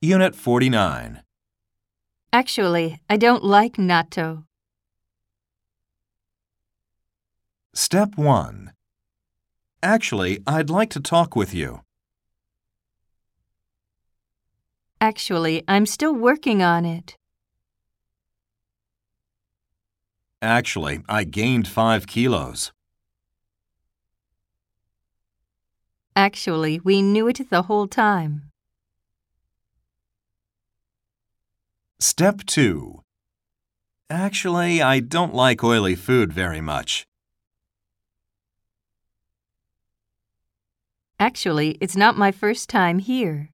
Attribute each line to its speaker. Speaker 1: Unit 49.
Speaker 2: Actually, I don't like natto.
Speaker 1: Step 1. Actually, I'd like to talk with you.
Speaker 2: Actually, I'm still working on it.
Speaker 1: Actually, I gained 5 kilos.
Speaker 2: Actually, we knew it the whole time.
Speaker 1: Step 2. Actually, I don't like oily food very much.
Speaker 2: Actually, it's not my first time here.